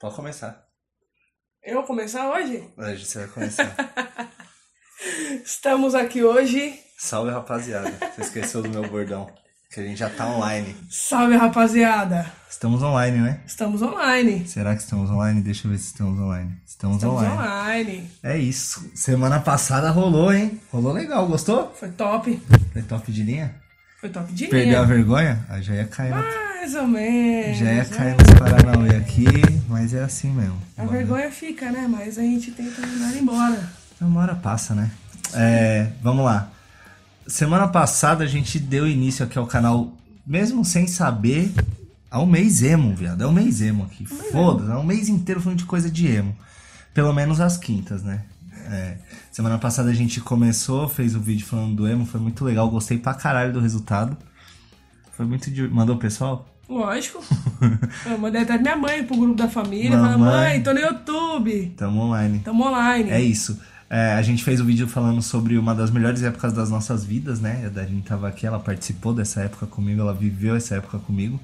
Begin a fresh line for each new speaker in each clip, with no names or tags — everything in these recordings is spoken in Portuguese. Pode começar.
Eu vou começar hoje?
Hoje você vai começar.
Estamos aqui hoje.
Salve, rapaziada. Você esqueceu do meu bordão. Que a gente já tá online.
Salve, rapaziada!
Estamos online, né?
Estamos online.
Será que estamos online? Deixa eu ver se estamos online. Estamos,
Estamos
online.
online.
É isso. Semana passada rolou, hein? Rolou legal. Gostou?
Foi top.
Foi top de linha?
Foi top de
Perdeu a
linha.
vergonha? Ah, já ia cair, no...
Mais ou menos.
já ia
né?
cair nos Paranauê aqui, mas é assim mesmo.
A vergonha fica, né? Mas a gente tenta mandar embora.
Então, Uma hora passa, né? É, vamos lá. Semana passada a gente deu início aqui ao canal, mesmo sem saber, ao mês emo, viado. É o mês emo aqui. Foda-se, é um mês inteiro falando de coisa de emo. Pelo menos as quintas, né? É, semana passada a gente começou, fez o vídeo falando do emo, foi muito legal, gostei pra caralho do resultado. Foi muito de... Mandou o pessoal?
Lógico. Eu mandei até minha mãe pro grupo da família. Falei,
Mamãe.
mãe, tô no YouTube.
Tamo online.
Tamo online.
É isso. É, a gente fez o vídeo falando sobre uma das melhores épocas das nossas vidas, né? A Darine tava aqui, ela participou dessa época comigo, ela viveu essa época comigo.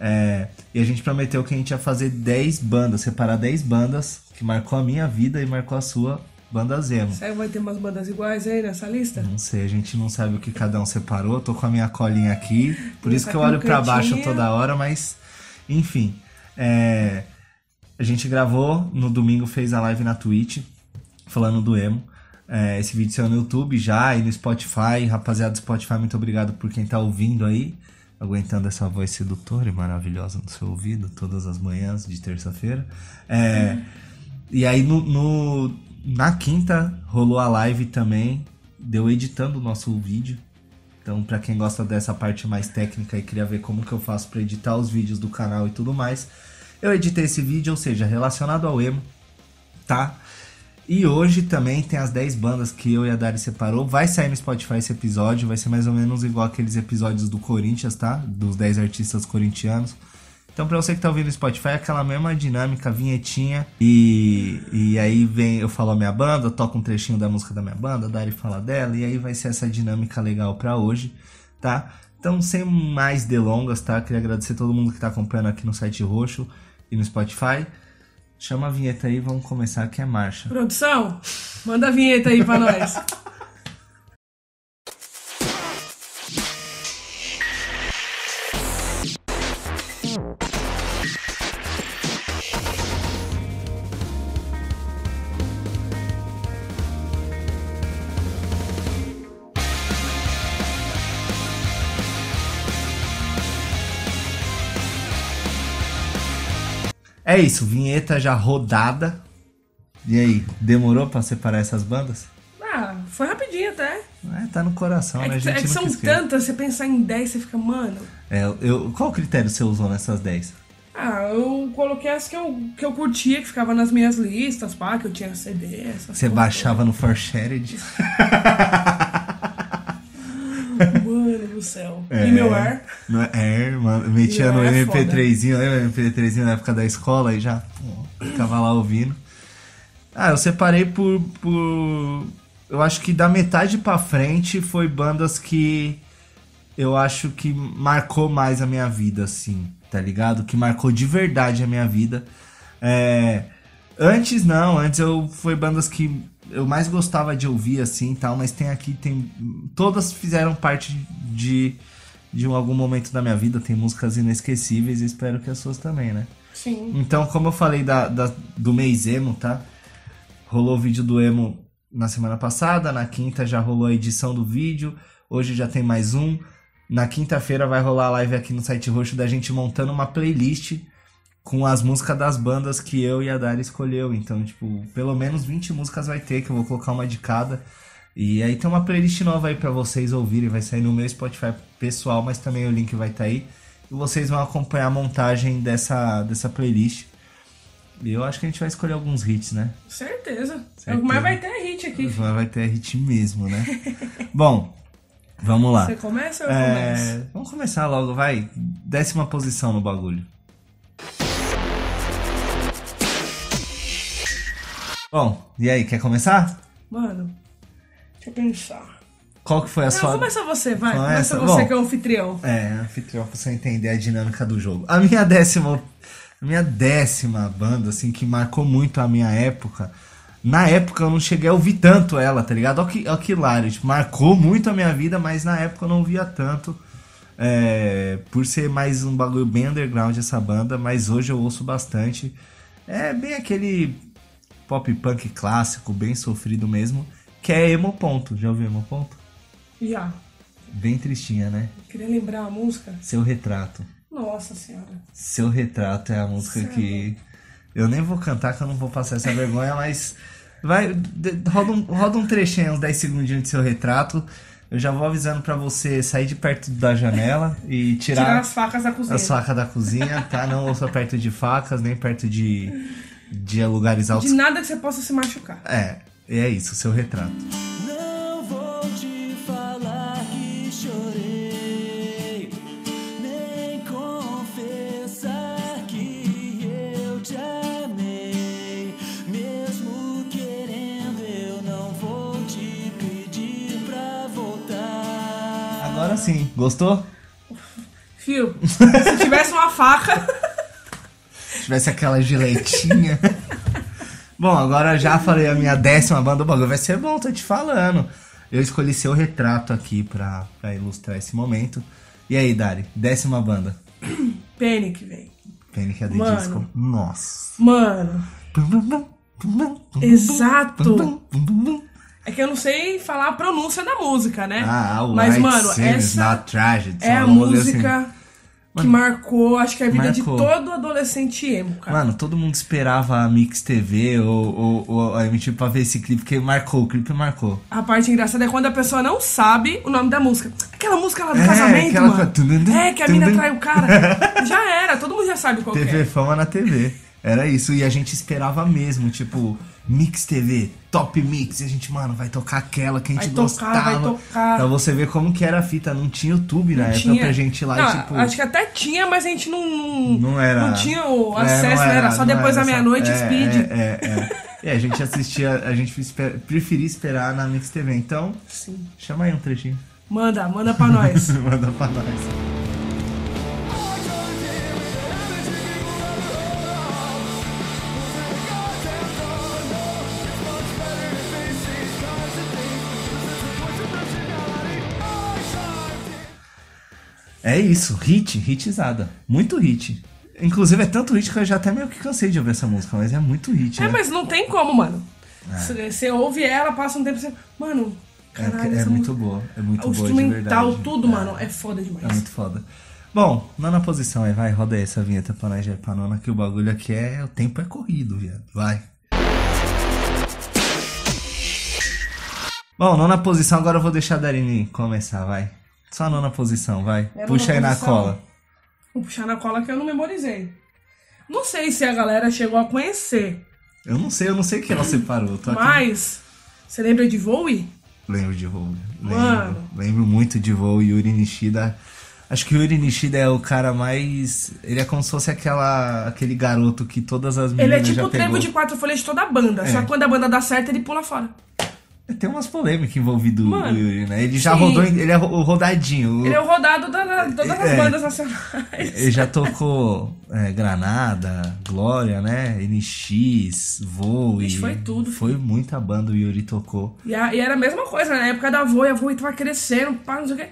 É, e a gente prometeu que a gente ia fazer 10 bandas, separar 10 bandas, que marcou a minha vida e marcou a sua, banda Zemo.
Será que vai ter umas bandas iguais aí nessa lista?
Não sei, a gente não sabe o que cada um separou. Tô com a minha colinha aqui, por
Tá
isso que eu
aqui no
olho pra baixo
cantinho.
toda hora, mas enfim. é, a gente gravou, no domingo fez a live na Twitch, falando do emo. É, esse vídeo saiu no YouTube já e no Spotify. Rapaziada do Spotify, muito obrigado por quem tá ouvindo aí, aguentando essa voz sedutora e maravilhosa no seu ouvido todas as manhãs de terça-feira. É, E aí no, no- na quinta rolou a live também, deu editando o nosso vídeo. Então, pra quem gosta dessa parte mais técnica e queria ver como que eu faço pra editar os vídeos do canal e tudo mais, eu editei esse vídeo, ou seja, relacionado ao emo, tá? E hoje também tem as 10 bandas que eu e a Dari separou. Vai sair no Spotify esse episódio, vai ser mais ou menos igual aqueles episódios do Corinthians, tá? Dos 10 artistas corintianos. Então, pra você que tá ouvindo no Spotify, é aquela mesma dinâmica, vinhetinha. E, e aí vem, eu falo a minha banda, toco um trechinho da música da minha banda, a Dari fala dela, e aí vai ser essa dinâmica legal pra hoje, tá? Então, sem mais delongas, tá? Queria agradecer todo mundo que tá acompanhando aqui no site roxo e no Spotify. Chama a vinheta aí, vamos começar que é marcha.
Produção, manda a vinheta aí pra nós.
É isso, vinheta já rodada. E aí, demorou pra separar essas bandas?
Ah, foi rapidinho até.
É, tá no coração,
É
né? A
que,
gente
é que
nunca
são
esquece.
tantas, você pensar em 10, você fica, mano.
É, eu, qual critério você usou nessas 10?
Ah, eu coloquei as que eu, que eu curtia, que ficava nas minhas listas, pá, que eu tinha CD, essas
Você
coisas.
baixava no Forshared?
Mano do céu.
É.
E meu ar.
No Air, mano. Metia
Meu
no
Air é
MP3zinho, lembra? MP3zinho na época da escola e já pô, ficava lá ouvindo. Ah, eu separei por, por. Eu acho que da metade pra frente foi bandas que eu acho que marcou mais a minha vida, assim, tá ligado? Que marcou de verdade a minha vida. É, Antes não, antes eu foi bandas que eu mais gostava de ouvir, assim e tal, mas tem aqui, tem. Todas fizeram parte de, de um- algum momento da minha vida, tem músicas inesquecíveis e espero que as suas também, né?
Sim.
Então, como eu falei da, da- do mês emo, tá? Rolou o vídeo do emo na semana passada, na quinta já rolou a edição do vídeo, hoje já tem mais um. Na quinta-feira vai rolar a live aqui no site roxo da gente montando uma playlist com as músicas das bandas que eu e a Dara escolheu. Então, tipo, pelo menos 20 músicas vai ter, que eu vou colocar uma de cada. E aí tem uma playlist nova aí pra vocês ouvirem, vai sair no meu Spotify pessoal, mas também o link vai estar aí. E vocês vão acompanhar a montagem dessa, dessa playlist. E eu acho que a gente vai escolher alguns hits, né?
Certeza. É
Certeza.
Mas vai ter hit aqui.
Vai vai ter hit mesmo, né? Bom, vamos lá.
Você começa ou eu
É,
começo?
vamos começar logo, vai. Décima posição no bagulho. Bom, e aí, quer começar?
Mano, deixa eu pensar.
Qual que foi a
Ah,
sua.
começa você, vai.
Começa,
Começa você
bom.
que é o anfitrião.
É, anfitrião, pra você entender a dinâmica do jogo. A minha décima A minha décima banda, assim, que marcou muito a minha época. Na época eu não cheguei a ouvir tanto ela, tá ligado? Olha que, olha que hilário. tipo, Marcou muito a minha vida, mas na época eu não via tanto. é, por ser mais um bagulho bem underground essa banda, mas hoje eu ouço bastante. É bem aquele pop punk clássico, bem sofrido mesmo, que é Emo Ponto. Já ouviu Emo Ponto?
Já.
Bem tristinha, né?
Queria lembrar a música.
Seu Retrato.
Nossa senhora.
Seu Retrato é a música
Sério?
que. Eu nem vou cantar que eu não vou passar essa vergonha, mas. Vai, de- roda um, roda um trechinho, uns 10 segundinhos de seu retrato. Eu já vou avisando pra você sair de perto da janela e
Tirar,
tirar
as facas da cozinha.
as facas da cozinha, tá? Não ouça perto de facas, nem perto de, de lugares altos.
De nada que você possa se machucar.
É, é isso, seu retrato.
Não vou te falar que chorei, nem confessar que eu te amei. Mesmo querendo, eu não vou te pedir pra voltar.
Agora sim, gostou?
Fio, se tivesse uma faca.
Se tivesse aquela giletinha. bom, agora eu já falei a minha décima banda, o bagulho vai ser bom, tô te falando. Eu escolhi seu retrato aqui pra, pra ilustrar esse momento. E aí, Dari, décima banda.
Panic, velho.
Panic! at the
Mano.
Disco. Nossa.
Mano,
Pum, pum, pum, pum, pum, pum, pum,
exato.
pum, pum, pum, pum.
É que eu não sei falar a pronúncia da música, né?
Ah, o
Mas,
White
mano,
Sims,
essa
Not Tragedy.
é a
algum bagulho assim.
música que marcou, acho que a vida
Marcou.
de todo adolescente emo, cara.
Mano, todo mundo esperava a Mix TV ou, ou, ou a MTV pra ver esse clipe, porque marcou, o clipe marcou.
A parte engraçada é quando a pessoa não sabe o nome da música. Aquela música lá do
É,
casamento,
aquela
mano.
com a tum-tum-tum,
é, que a mina
tum-tum.
trai o cara. Já era, todo mundo já sabe qual que
TV
é.
Fama na TV. Era isso. E a gente esperava mesmo, tipo, Mix TV, Top Mix. E a gente, mano, vai tocar aquela que a gente
Vai tocar,
gostava.
vai tocar.
Pra você ver como que era a fita. Não tinha YouTube na época pra gente ir lá
Não,
e, tipo.
Acho que até tinha, mas a gente não. Não,
Não era.
não tinha o
É,
acesso,
não
né? Era só
não
depois da
essa-
meia-noite,
é,
speed.
É, é, é. E a gente assistia, a gente esper- preferia esperar na Mix TV. Então,
Sim.
chama aí um trechinho.
Manda, manda pra nós.
Manda pra nós. É isso, hit, hitizada. Muito hit. Inclusive, é tanto hit que eu já até meio que cansei de ouvir essa música, mas é muito hit,
É,
né?
mas não tem como, mano. Você você ouve ela, passa um tempo, você. Mano,
É,
caralho,
é
essa
muito
música-
boa, é muito
O
boa de
instrumental,
verdade.
tudo, mano, é foda demais.
É muito foda. Bom, nona posição aí, vai, roda aí essa vinheta pra nós já ir pra nona, que o bagulho aqui é. O tempo é corrido, viado. Vai. Bom, nona posição, agora eu vou deixar a Darine começar, vai. Só a nona posição, vai.
É a
Puxa aí
nona
na
posição.
cola.
Vou puxar na cola que eu não memorizei. Não sei se a galera chegou a conhecer,
Eu não sei, eu não sei o que ela separou. eu Tô Tá aqui.
Hum, mas. Você lembra de Voe?
Lembro de Vou. Lembro,
Mano.
lembro muito de Vou e Yuri Nishida. Acho que o Yuri Nishida é o cara mais. Ele é como se fosse aquela, aquele garoto que todas as
Ele
meninas.
é tipo
já
o trevo
pegou. É.
de quatro folhas de toda a banda. Só que quando a banda dá certo, ele pula fora.
Tem umas polêmicas envolvidas do
Mano,
Yuri, né? Ele já
sim.
rodou, em- ele é ro- o rodadinho.
Ele é o rodado da, da- todas as
É.
bandas nacionais.
Ele já tocou é, Granada, Glória, né? NX, Voo e.
Ixi, foi tudo, filho.
Foi muita banda o Yuri tocou.
E, a- e era a mesma coisa, né? Na época da Voe, a Voe tava crescendo, pá, não sei o quê.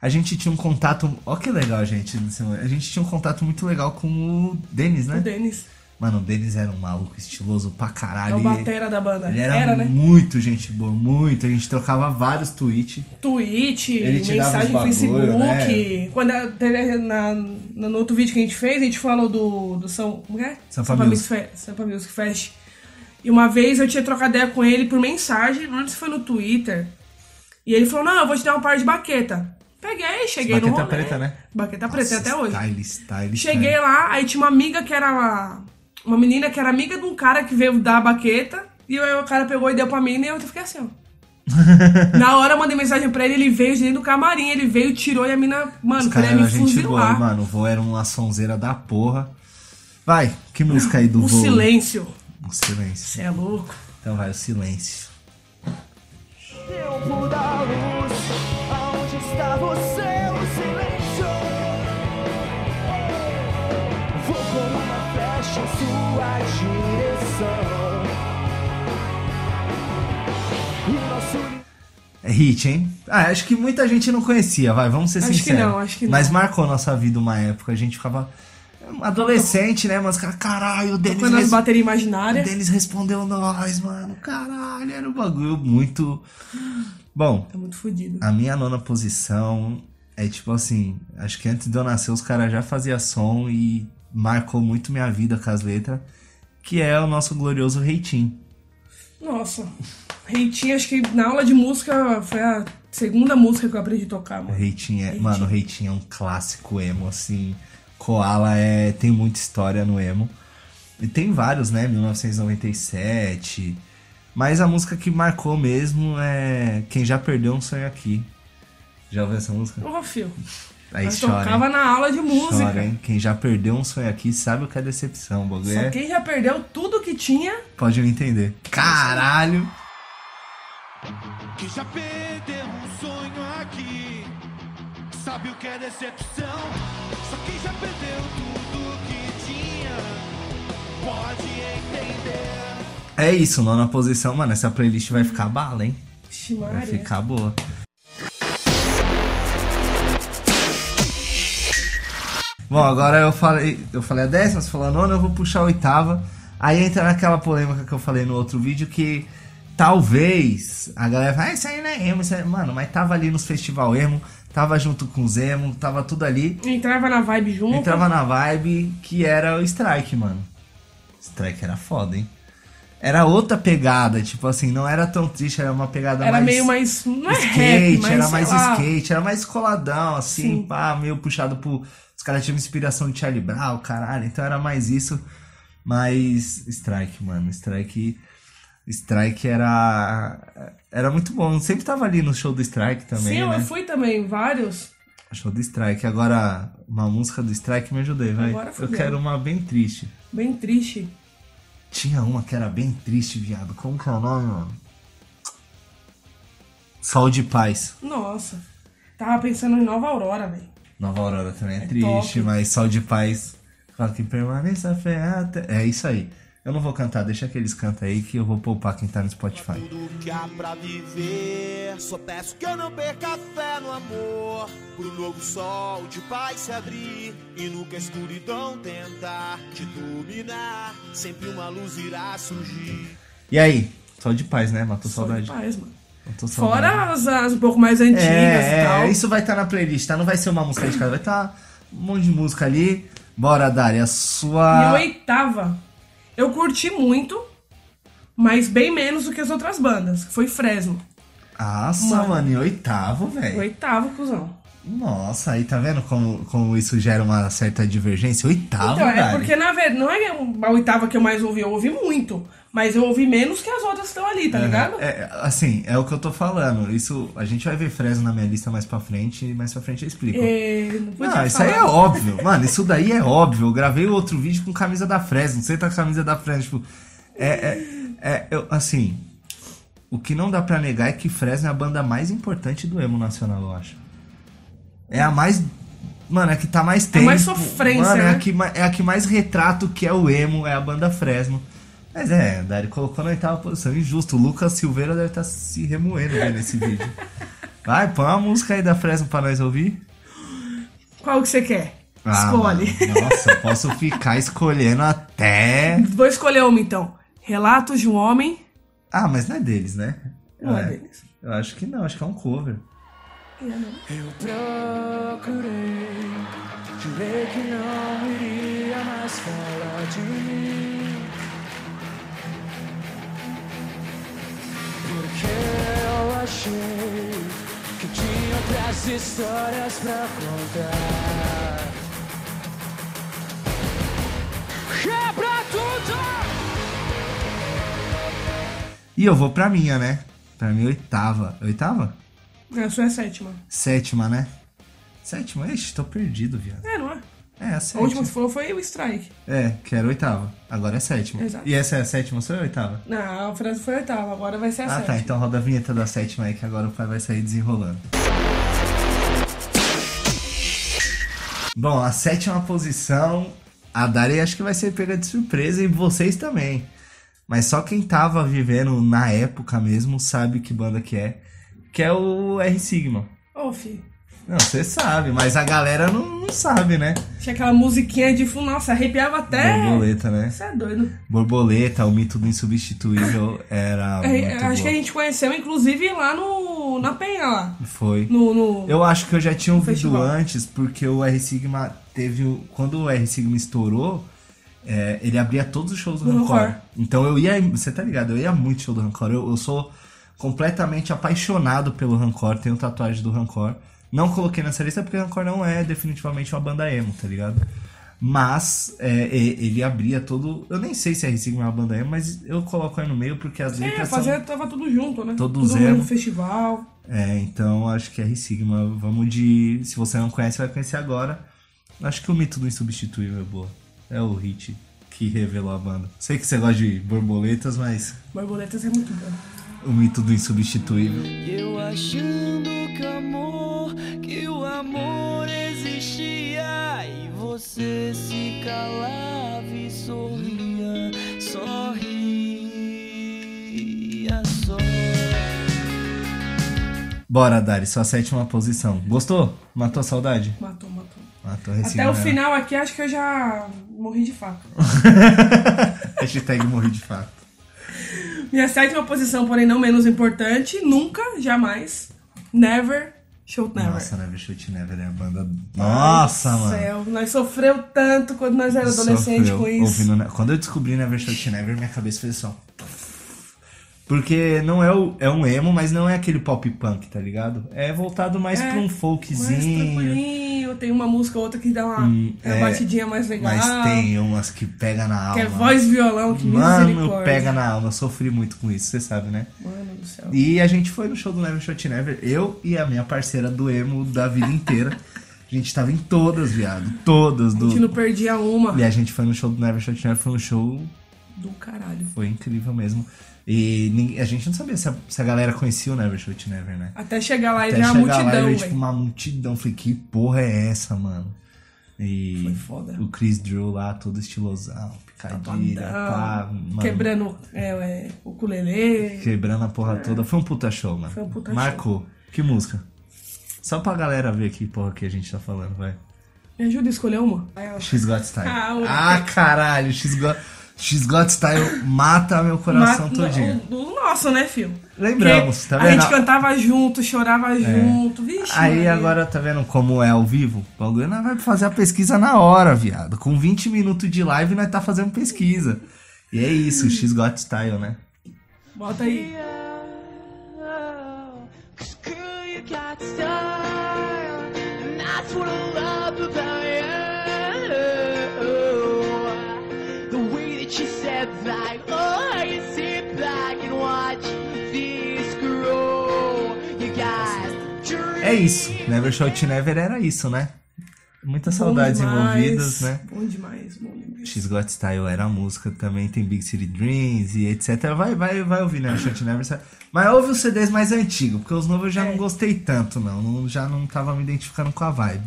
A gente tinha um contato. Ó, que legal, gente. nesse momento. A gente tinha um contato muito legal com o Denis,
O
né?
Denis,
Mano, o Denis era um maluco estiloso pra
é
caralho.
o
e
batera da banda.
ele era,
né?
muito gente boa, muito. A gente trocava vários tweets.
Twitch,
Ele tirava
mensagem no
os
Facebook.
bagulho, né?
Quando a- teve na, na- no outro vídeo que a gente fez, a gente falou do, do São. Como é?
Sampa Music.
Fe- Sampa Music Fest. E uma vez eu tinha trocado ideia com ele por mensagem, não sei se foi no Twitter. E ele falou: Não, eu vou te dar um par de baqueta. Peguei, cheguei no
Baqueta
rolê.
preta, né?
Baqueta preta até hoje.
Style, style,
Cheguei lá, aí tinha uma amiga que era uma, uma menina que era amiga de um cara que veio dar a baqueta. E aí o cara pegou e deu pra mim e eu fiquei assim, ó. Na hora eu mandei mensagem pra ele, ele veio dentro do camarim, ele veio, tirou e a mina, mano,
Os caras
queria me
eram gente boa,
fuzilar.
mano. O voo era uma sonzeira da porra. Vai, que música aí do
O
voo?
Um silêncio.
O silêncio.
Você é louco.
Então vai, o silêncio.
Tempo da luz, aonde está você, o silêncio? Vou com uma fé. sua direção. O nosso
É hit, hein? Ah, acho que muita gente não conhecia, vai, vamos ser
Acho que
sinceros.
não, acho que não.
Mas marcou nossa vida uma época, a gente ficava adolescente, né, mas cara, caralho, o Denis,
Quando as
res-
baterias
o
imaginárias.
Denis respondeu nós, mano, caralho, era um bagulho muito... Bom,
Tá muito fodido.
a minha nona posição é tipo assim, acho que antes de eu nascer os caras já faziam som e marcou muito minha vida com as letras, que é o nosso glorioso Reitinho.
Nossa. Reitinho, acho que na aula de música foi a segunda música que eu aprendi a tocar,
O
mano.
Reitinho é, mano, o Reitinho é um clássico emo, assim. Koala é, tem muita história no emo. E tem vários, né? 1997. Mas a música que marcou mesmo é Quem Já Perdeu um Sonho Aqui. Já ouviu essa música?
Ô, filho.
Aí
Nós
chora.
tocava
hein?
na aula de música.
Chora, hein? Quem já perdeu um sonho aqui sabe o que é decepção, o bagulho.
Só
é-
quem já perdeu tudo que tinha.
Pode não entender. Caralho!
que já perdeu um sonho aqui. Sabe o que é decepção? Só quem já perdeu tudo que tinha pode entender.
É isso, nona posição, mano. Essa playlist vai ficar bala, hein?
Vixe,
Vai
Maria.
ficar boa. Bom, agora eu falei, eu falei a décima, você falou a nona, eu vou puxar a oitava. Aí entra naquela polêmica que eu falei no outro vídeo que talvez a galera vai, ah, isso aí não é emo, isso aí... mano, mas tava ali nos festival emo, tava junto com os emo, tava tudo ali.
Entrava na vibe junto.
Entrava na vibe que era o Strike, mano. Strike era foda, hein? Era outra pegada, tipo assim, não era tão triste, era uma pegada
Era
mais
meio mais. Não é
skate,
rap, mas
era
sei
mais
lá,
skate, era mais coladão, assim,
Sim.
pá, meio puxado por. Os caras tinham inspiração de Charlie Brown, caralho, então era mais isso. Mas Strike, mano, Strike. Strike era. Era muito bom, sempre tava ali no show do Strike também.
Sim, eu-
né?
eu fui também, vários.
Show do Strike. é Agora, uma música do Strike me ajudei, vai.
Agora
Eu
fudeu.
quero uma bem triste.
Bem triste.
Tinha uma que era bem triste, viado. Como que é o nome, mano? Sol de Paz.
Nossa. Tava pensando em Nova Aurora, velho.
Nova Aurora também é,
É
triste,
top.
mas Sol de Paz. Fala que permaneça a fé até... É isso aí. Eu não vou cantar, deixa que eles cantam aí que eu vou poupar quem tá no Spotify.
Tudo que há pra viver. Só peço que eu não perca a fé no amor. Pro novo sol de paz se abrir. E nunca a escuridão tentar te dominar. Sempre uma luz irá surgir.
E aí? Sol de Paz, né? Matou
Só de
saudade.
paz, mano.
Matou saudade.
Fora as, as um pouco mais antigas e
É,
tal.
é, isso vai estar na playlist, tá? Não vai ser uma música de cada, vai estar um monte de música ali. Bora, Dari, a
Minha
sua.
oitava. Eu curti muito, mas bem menos do que as outras bandas. que Foi Fresno.
Nossa, mano, em oitavo, velho.
Oitavo, cuzão.
Nossa, aí tá vendo como, como isso gera uma certa divergência? Oitavo,
Então, é
Dari.
porque, na verdade, não é a oitava que eu mais ouvi, eu ouvi muito. Mas eu ouvi menos que as outras que estão ali, tá ligado?
É, assim, é o que eu tô falando. Isso, a gente vai ver Fresno na minha lista mais pra frente, e mais pra frente eu explico.
É, não podia
Não, isso
falar.
aí é óbvio. Mano, isso daí é óbvio. Eu gravei o outro vídeo com camisa da Fresno. Você tá com a camisa da Fresno. Tipo, é, é, é eu, assim, o que não dá pra negar é que Fresno é a banda mais importante do emo nacional, eu acho. É a mais... Mano, é a que tá mais tempo.
mais sofrência,
Mano, é, a
né?
que, ma- é a que mais retrata o que é o emo, é a banda Fresno. Mas é, Dari colocou na oitava posição. Injusto. O Lucas Silveira deve estar se remoendo vendo esse vídeo. Vai, põe uma música aí da Fresno pra nós ouvir.
Qual que você quer?
Ah,
Escolhe.
mano, nossa, eu posso ficar escolhendo até.
Vou escolher uma, então. Relatos de um Homem.
Ah, mas não é deles, né?
Não é
Ué,
deles.
Eu acho que não, acho que é um cover.
Eu procurei, jurei que não iria mais falar de mim. Porque eu achei que tinha outras histórias pra contar. Quebra tudo!
E eu vou pra minha, né? Pra minha oitava. Oitava?
A sua é a sétima.
Sétima, né? Sétima? Ixi, tô perdido, viado.
É, não é?
É, a
A última
sétima.
que você falou foi o Strike.
É, que era oitava. Agora é sétima.
Exato.
E essa é a sétima, sou eu a oitava?
Não, a Fresno foi a oitava, agora vai ser a
ah, tá.
sétima.
Então roda a vinheta da sétima aí que agora o pai vai sair desenrolando. Bom, a sétima posição A Dari acho que vai ser pega de surpresa e vocês também. Mas só quem tava vivendo na época mesmo sabe que banda que é. Que é o R Sigma.
Ô, filho.
Não, você sabe, mas a galera não, não sabe, né?
Tinha aquela musiquinha de fundo, nossa, arrepiava até.
Borboleta, né?
Isso é doido.
Borboleta, o mito do insubstituível era.
É,
Tá muito
acho que é
bom.
a gente conheceu, inclusive, lá no. na Penha lá.
Foi.
No. no-
Eu acho que eu já tinha ouvido
Um festival.
antes, porque o R Sigma teve. o- Quando o R Sigma estourou, é, ele abria todos os shows do
Do
Rancor.
Rancor.
Então eu ia. Você tá ligado? Eu ia muito show do Rancor. Eu, eu sou completamente apaixonado pelo Rancor, tenho tatuagem do Rancor. Não coloquei nessa lista porque o Rancor não é definitivamente uma banda emo, tá ligado? Mas é, e- ele abria todo. Eu nem sei se R Sigma é uma banda emo, mas eu coloco aí no meio porque as
é,
letras são
fazia, tava tudo junto, né?
Todos
Todo mundo
eram.
no festival.
é, então acho que R Sigma, vamos de. Se você não conhece, vai conhecer agora. Acho que o mito do insubstituível é boa. É o hit que revelou a banda. Sei que você gosta de borboletas, mas
Borboletas é muito bom.
o mito do insubstituível.
Eu achando que amor, que o amor existia e você se calava e sorria, sorria só.
Bora, Dari, sua sétima posição. Gostou? Matou a saudade?
Matou, matou.
Matou R
Até o final aqui, acho que eu já morri de fato.
Hashtag morri de fato.
Minha sétima posição, porém não menos importante, nunca, jamais, never, shoot never.
Nossa, Never Shoot Never é a banda. Nossa,
Meu
mano.
Céu, nós sofreu tanto quando nós éramos adolescentes
Sofreu
com isso.
ouvindo- né? Quando eu descobri Never Shut Never, minha cabeça fez só. Porque não é, o, é um emo, mas não é aquele pop punk, tá ligado? É voltado mais
É,
pra um
Mais
folkzinho.
tranquilinho, tem uma música ou outra que dá uma,
Hum,
uma
é,
batidinha mais legal.
Mas tem umas que pega na alma.
Que é voz e violão, que
Mano,
misericórdia.
pega na alma. Eu sofri muito com isso, você sabe, né?
Mano do céu.
E a gente foi no show do Never Shot Never, eu e a minha parceira do emo da vida inteira. a gente tava em todas, viado. Todas
A gente
do.
não perdia uma
E é a gente foi no show do Never Shot Never, foi um show
do caralho.
Foi incrível mesmo. E nin- a gente não sabia se a, se a galera conhecia o Never Shoot Never, né?
Até chegar lá e
Até
ver a
chegar
multidão,
lá e ver,
velho.
tipo, uma multidão. Falei, que porra é essa, mano? E
Foi foda.
o Chris Drew lá, todo estilosão, picadilha, pá, mano,
Quebrando é, é, o ukulele.
quebrando a porra toda. Foi um puta show, mano.
Foi um puta
Marcou. Que música? Só pra galera ver que porra que a gente tá falando, vai.
Me ajuda a escolher uma.
X Got Style.
Ah, o-
Ah, caralho, X Got, X Got Style mata meu coração
Ma-
todinho.
o- o nosso, né, filho?
Lembramos, tá
A
vendo? É.
gente cantava junto, chorava junto. Vixe.
Aí
Maria.
agora tá vendo como é ao vivo? O bagulho nós vai fazer a pesquisa na hora, viado. Com 20 minutos de live nós tá fazendo pesquisa. E é isso, X Got Style, né?
Bota aí.
Cause girl, you got style, and that's what I love about you. The way that you said back, oh, you sit back and watch this grow. You got dreams.
É isso. Never Shot Never era isso, né? Muitas saudades
Bom demais,
envolvidas, né?
Bom demais, bom demais.
X Got Style era a música também, tem Big City Dreams e etc. Vai, vai, vai ouvir, né? Shot Never. sabe? Mas ouve os CDs mais antigos, porque os novos eu já
É.
não gostei tanto, não. Não- Já não tava me identificando com a vibe.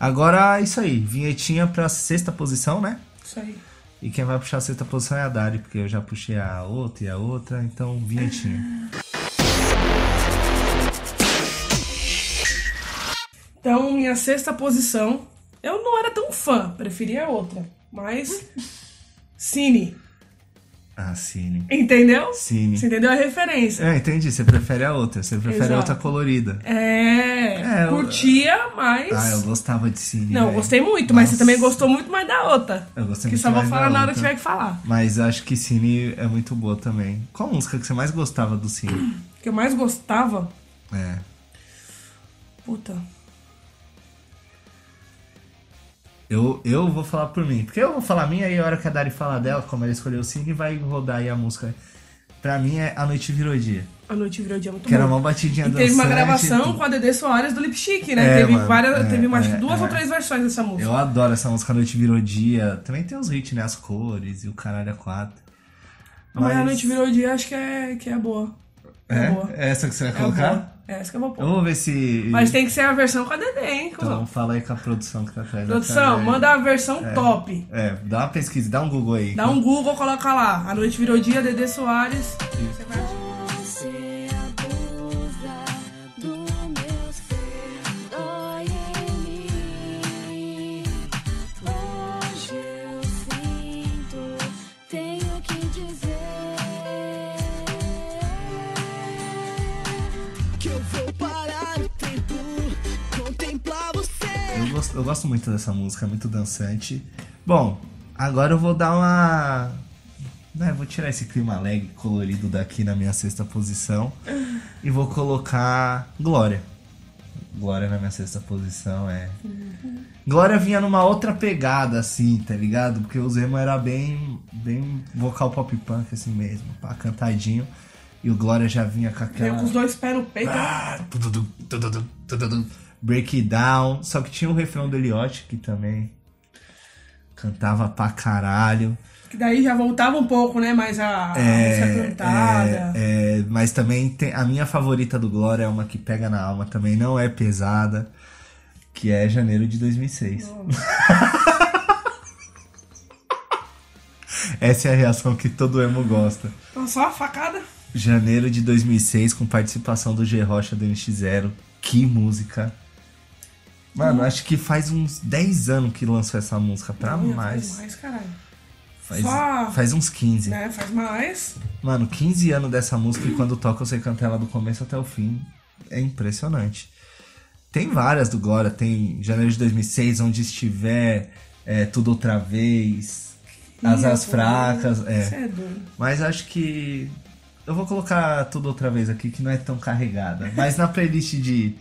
Agora, é isso aí. Vinhetinha pra sexta posição, né?
Isso aí.
E quem vai puxar a sexta posição é a Dari, porque eu já puxei a outra e a outra, então vinhetinha.
Então, minha sexta posição. Eu não era tão fã, preferia outra. Mas. Cine.
Ah, Cine.
Entendeu?
Cine.
Você entendeu a referência?
É, entendi, você prefere a outra, você prefere a
Exato.
outra colorida.
É.
É, eu-
curtia, mas.
Ah, eu gostava de Cine.
É Não,
velho.
gostei muito, mas você
Nossa.
também gostou muito mais da outra.
Eu gostei
que
muito
só vou
mais da
falar na hora que
outra.
tiver que falar.
Mas acho que Cine é muito boa também. Qual a música que você mais gostava do Cine?
O que eu mais gostava.
É.
Puta.
Eu, eu vou falar por mim. Porque eu vou falar a minha e a hora que a Dari falar dela, como ela escolheu o Cine, vai rodar aí a música. Pra mim é A Noite Virou Dia.
A noite virou dia muito
Que era
bom.
uma batidinha
E teve uma
dançante e
gravação
tudo.
com a Dedê Soares do Lipstick, né?
É,
teve
mano,
várias.
é,
teve mais
é,
duas
é.
ou três versões dessa música.
Eu adoro essa música Noite Virou Dia. Também tem os hits, né? As cores e o caralho a quatro.
Mas a noite virou dia, acho que é, que é boa. É, boa.
É essa que você vai
É
colocar?
boa. É essa que eu vou pôr.
Vamos ver se.
Mas tem que ser a versão com a Dedê, hein?
Então
cuzão?
fala aí com a produção que tá atrás. da
Produção,
câmera aí.
manda a versão top.
É, dá uma pesquisa, dá um Google aí.
Dá um Google, coloca lá. A noite virou dia, Dedê Soares.
Isso.
Você abusa do meu ser, dói em mim. Hoje eu sinto, tenho que dizer.
Que eu vou parar o tempo, contemplar você.
Eu gosto, eu gosto muito dessa música, é muito dançante. Bom, agora eu vou dar uma. né, vou tirar esse clima alegre colorido daqui na minha sexta posição e vou colocar Glória. Glória na minha sexta posição é. Glória vinha numa outra pegada, assim, tá ligado? Porque o Zemo era bem, bem vocal pop punk, assim mesmo, pá, cantadinho. E o Glória já vinha com
Veio
aquela.
com os dois pés no peito.
Ah, tududum, tududum, tududum. Break it down. Só que tinha o refrão do Eliote, que também cantava pra caralho.
Que daí já voltava um pouco, né? Mais a, a música cantada.
É, é, mas também tem, a minha favorita do Glória é uma que pega na alma também, não é pesada, que é janeiro de 2006. Essa é a reação que todo emo gosta.
Então só a facada.
Janeiro de 2006, com participação do G Rocha do NX0. Que música. Mano, acho que faz uns 10 anos que lançou essa música, pra
Minha,
mais.
Faz mais, caralho.
Faz,
Só-
faz uns 15.
Né? Faz mais.
Mano, 15 anos dessa música e quando toca eu sei cantar ela do começo até o fim. É impressionante. Tem várias do Glória, tem Janeiro de 2006, Onde Estiver, é, Tudo Outra Vez, Asas
Ih,
Fracas.
pô,
É.
Você é doido.
Mas acho que. Eu vou colocar tudo outra vez aqui, que não é tão carregada. Mas na playlist de,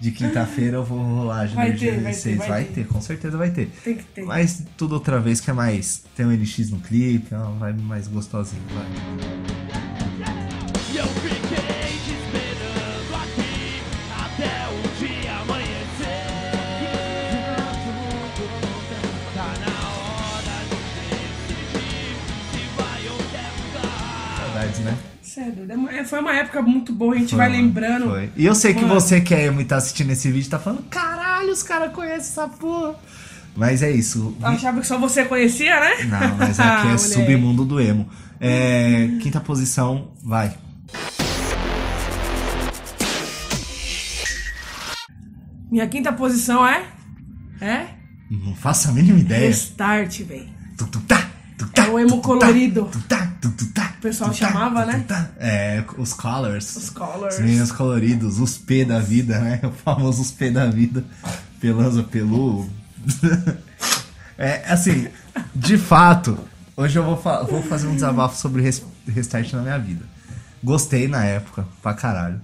de quinta-feira eu vou rolar
Vai
janeiro de
ter, vai
2006.
ter, vai
Vai
ter.
ter, com certeza vai ter.
Tem que ter.
Mas tudo outra vez que é mais. Tem um NX no clipe, é uma vibe mais gostosinha. vai.
E eu fiquei te esperando aqui até o dia amanhecer. Tá na hora de decidir se vai ou quer ficar.
Saudades, né?
Você é doido. É mu- é, Foi uma época muito boa, a gente
Foi,
vai
mano,
lembrando.
Foi. E eu sei que
Mano.
você que é emo e tá assistindo esse vídeo tá falando: caralho, os caras conhecem essa porra. Mas é isso.
Eu achava que só você conhecia, né?
Não, mas aqui é
Moleque.
submundo do emo. É, quinta posição, vai.
Minha quinta posição é. É?
Não faço a mínima ideia.
Restart, velho.
Tu, tu, tá, tu, tá,
É o emo
tu, tu, tá,
colorido.
tu, tá, tu, tu, tá,
O pessoal
tu, tá,
chamava,
tu, tu,
né?
tá. É, os colors.
Os colors.
Os meninos coloridos, os P da vida, né? O famoso os P da vida. Pelanza, pelu. é, assim, de fato, hoje eu vou, fa- vou fazer um desabafo sobre res- restart na minha vida. Gostei na época, pra caralho.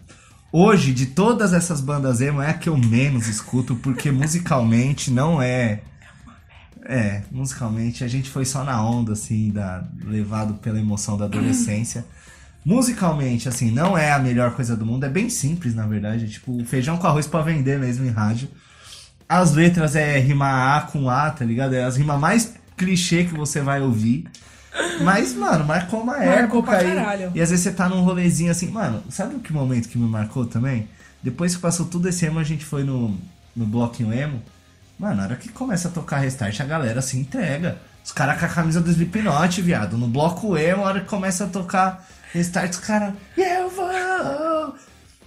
Hoje, de todas essas bandas emo, é a que eu menos escuto, porque musicalmente não é... É, musicalmente a gente foi só na onda, assim, da, levado pela emoção da adolescência. Musicalmente, assim, não é a melhor coisa do mundo, é bem simples, na verdade. É tipo feijão com arroz pra vender mesmo em rádio. As letras é rima A com A, tá ligado? É as rimas mais clichê que você vai ouvir. Mas, mano, marcou uma
Marcou
época
pra
aí.
caralho.
E às vezes você tá num rolezinho assim, mano, sabe o que momento que me marcou também? Depois que passou tudo esse emo, a gente foi no, no bloquinho emo. Mano, na hora que começa a tocar restart, a galera se entrega. Os caras com a camisa do Slipknot, viado. No bloco emo, a hora que começa a tocar restart, os caras. Eu vou!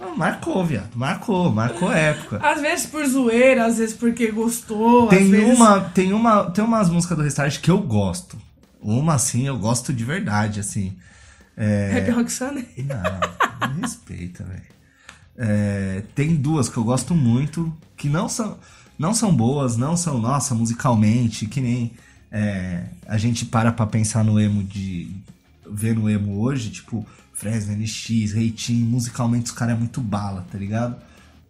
Mano, marcou, viado. Marcou, marcou época.
Às vezes por zoeira, às vezes porque gostou. às
Tem
vezes...
uma, tem uma, tem umas músicas do Restart que eu gosto. Uma assim, eu gosto de verdade, assim. É.
Rap Roxane.
Não, me respeita, velho. É, tem duas que eu gosto muito, que não são, não são boas, não são, nossa, musicalmente, que nem é, a gente para pra pensar no emo de. ver no emo hoje, tipo, Fresno, NX, Reitinho, musicalmente os caras é muito bala, tá ligado?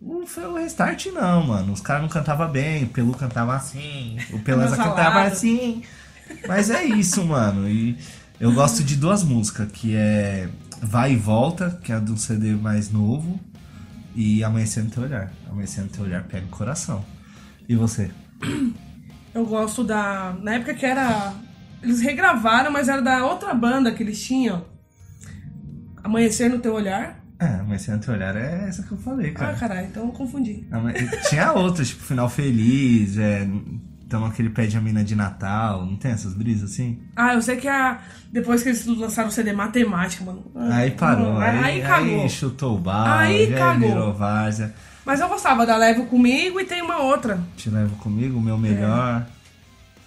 Não foi o restart, não, mano. Os caras não cantavam bem, o Pelu cantava assim, o Pelanza
Meu
cantava
salado.
assim. Mas é isso, mano. E eu gosto de duas músicas, que é Vai e Volta, que é de um CD mais novo, e Amanhecer no Teu Olhar. Amanhecer no Teu Olhar pega o coração. E você?
Eu gosto da. Na época que era. Eles regravaram, mas era da outra banda que eles tinham. Amanhecer no Teu Olhar.
É, mas sem anteolhar é essa que eu falei,
Ah,
cara.
caralho, então eu confundi.
Não, mas tinha outras, tipo, final feliz, é. Então aquele pé de a mina de Natal, não tem essas brisas assim?
Ah, eu sei que a. Depois que eles lançaram o CD Matemática, mano.
Aí parou,
Ah, Não,
aí, aí,
cagou.
chutou o balde,
Aí
aí,
cagou.
virou várzea.
Mas eu gostava da Levo Comigo e tem uma outra.
Te levo comigo, o meu melhor.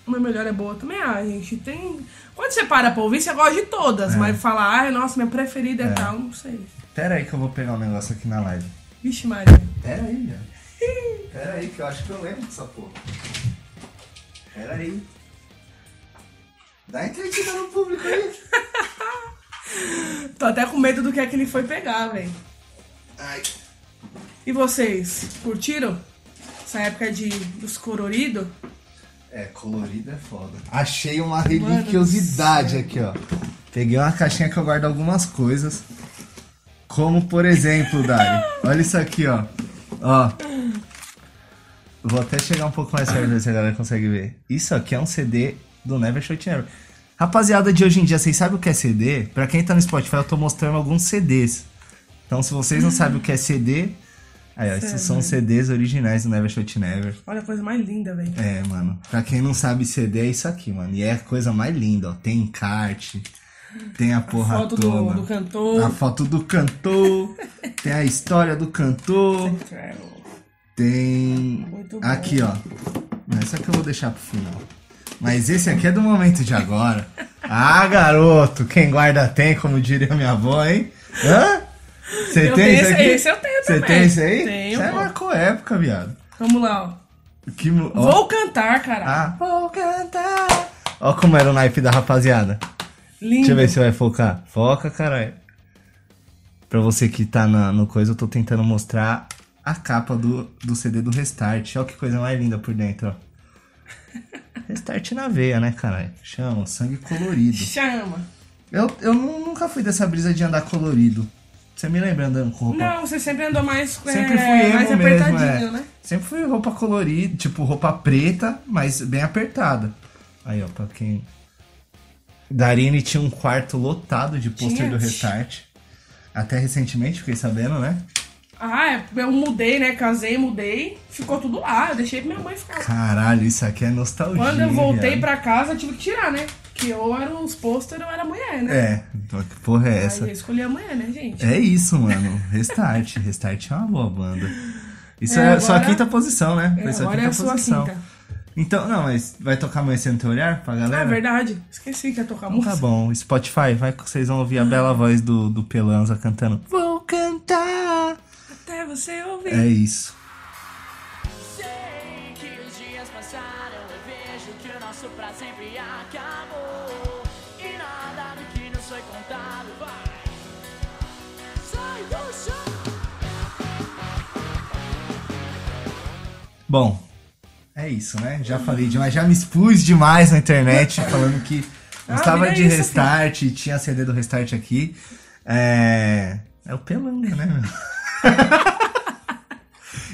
O meu melhor é boa também. Ah, gente, tem. Quando você para pra ouvir, você gosta de
É.
todas, mas falar, ah, nossa, minha preferida é, tal, não sei.
Pera aí que eu vou pegar um negócio aqui na live.
Vixe, Maria.
Pera aí, velho. Pera aí, que eu acho que eu lembro dessa porra. Pera aí. Dá entrevista no público aí.
Tô até com medo do que é que ele foi pegar, velho.
Ai.
E vocês, curtiram? Essa época de, dos coloridos?
É, colorido é foda. Achei uma religiosidade aqui, ó. Peguei uma caixinha que eu guardo algumas coisas. Como, por exemplo, Dari. Olha isso aqui, ó. Ó. Vou até chegar um pouco mais perto pra ver se a galera consegue ver. Isso aqui é um CD do Never Shut Never. Rapaziada de hoje em dia, vocês sabem o que é CD? Pra quem tá no Spotify, eu tô mostrando alguns CDs. Então, se vocês não sabem o que é CD... Aí, ó, esses são CDs originais do Never Shut Never.
Olha a coisa mais linda, velho.
É, mano. Pra quem não sabe, CD é isso aqui, mano. E é a coisa mais linda, ó. Tem encarte, tem a porra
foto do-
toda.
do cantor.
A foto do cantor. tem a história do cantor. Tem.
Muito bom.
Aqui, ó. Essa que eu vou deixar pro final. Mas esse aqui é do momento de agora. ah, garoto, quem guarda tem, como diria minha avó, hein? Hã? Você
Eu
tem
tenho
isso
esse-
aqui?
esse eu tenho
Você
também.
tem isso aí?
Tenho,
Você
pô.
marcou época, viado.
Vamos lá, ó.
Que, mo- ó.
Vou cantar, cara.
Ah. Vou cantar. Ó como era o naipe da rapaziada.
Lindo.
Deixa eu ver se vai focar. Foca, caralho. Pra você que tá na, no coisa, eu tô tentando mostrar a capa do, do CD do Restart. Olha que coisa mais linda por dentro, ó. Restart na veia, né, caralho? Chama, sangue colorido.
Chama.
Eu, eu nu- nunca fui dessa brisa de andar colorido. Você me lembra andando com roupa
Não, você sempre andou mais, é,
Sempre fui emo
mais
mesmo,
apertadinho,
é.
né?
Sempre fui roupa colorida, tipo roupa preta, mas bem apertada. Aí, ó, pra quem... Darine tinha um quarto lotado de pôster
Tinha?
do Restart. Até recentemente, fiquei sabendo, né?
Ah, é, eu mudei, né? Casei, mudei. Ficou tudo lá. Eu deixei pra minha mãe ficar lá.
Caralho, isso aqui é nostalgia.
Quando eu voltei
viado.
pra casa, eu tive que tirar, né? Que eu era os pôster, eu era mulher, né?
É, então, que porra é
Aí
essa?
eu escolhi a mulher, né, gente?
É isso, mano. Restart. Restart é uma boa banda. Isso
É,
é, só a
agora-
quinta posição, né?
É,
Foi só a
agora é a sua
posição.
quinta.
Então, não, mas vai tocar mais sem teu olhar pra
Ah,
galera?
verdade. Esqueci que ia tocar
Então
música.
tá bom, Spotify, vai que vocês vão ouvir a bela voz do, do Pelanza cantando. Vou cantar!
Até você ouvir.
É isso.
Sei que os dias passaram e vejo que o nosso pra sempre acabou. E nada do que nos foi contado vai. Sai do chão!
Bom, é isso, né? Já falei demais, já me expus demais na internet falando que gostava
vida é
de
isso,
restart, tinha CD do restart aqui. É. É o Pelanga, né, meu?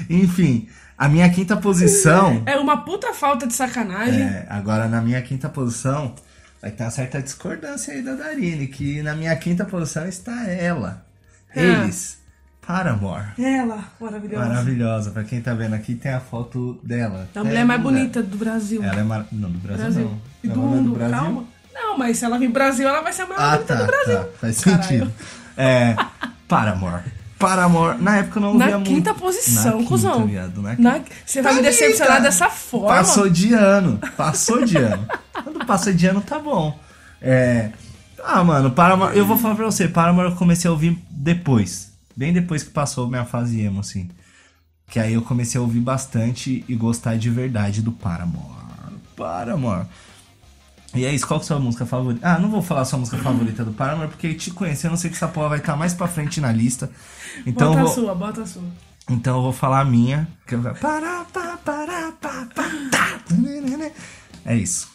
Enfim, a minha quinta posição.
É uma puta falta de sacanagem.
É, agora, na minha quinta posição, vai ter uma certa discordância aí da Darine, que na minha quinta posição está ela.
Ah.
Eles. Paramore.
Ela, maravilhosa.
Maravilhosa. Pra quem tá vendo aqui, tem a foto dela.
É a
Até
mulher mais
mudar.
bonita do Brasil.
Ela é mar... Não, do Brasil,
Brasil.
não.
E
Ela
do
não é
mundo, calma. Não, mas se ela vir pro Brasil, ela vai ser a maior
Ah,
bonita
tá,
do Brasil.
tá. Faz
Caralho.
sentido. É, Paramore. Paramore. Na época eu não ouvia
Na
muito.
quinta
Na
posição,
quinta,
cuzão.
viado, na
Na- Você vai me
Tá
decepcionar
ali, tá.
dessa forma.
Passou de ano. Passou de ano. Quando passa de ano, tá bom. É. Ah, mano, Paramore. Eu vou falar pra você, Paramore eu comecei a ouvir depois. Bem depois que passou minha fase emo, assim. Que aí eu comecei a ouvir bastante e gostar de verdade do Paramore. Paramore. E é isso, qual que é a sua música favorita? Ah, não vou falar a sua música favorita do Paramore, porque te conhecendo, eu sei que essa porra vai estar mais pra frente na lista. Então
bota
eu
a
vou,
sua, bota a sua.
então eu vou falar a minha. Que eu... Pará, pá, pará, pá, pá, tá. É isso.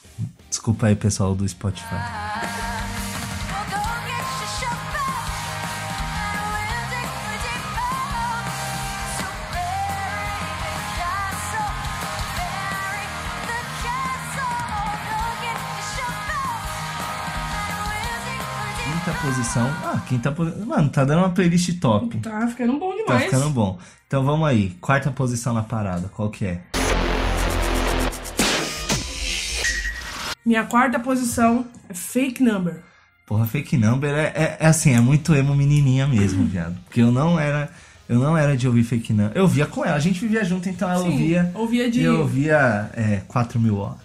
Desculpa aí, pessoal do Spotify.
Castle,
Quinta posição. Ah, quinta posição. Mano, tá dando uma playlist top.
Tá ficando bom
Tá
demais.
ficando bom. Então vamos aí. Quarta posição na parada. Qual que é?
Minha quarta posição é Fake Number.
Porra, fake number é, é- é assim, é muito emo menininha mesmo, viado. Porque eu não era, eu não era de ouvir fake number. Eu via com ela, a gente vivia junto, então ela
Sim,
ouvia.
ouvia de-
e Eu ouvia é, 4 mil horas.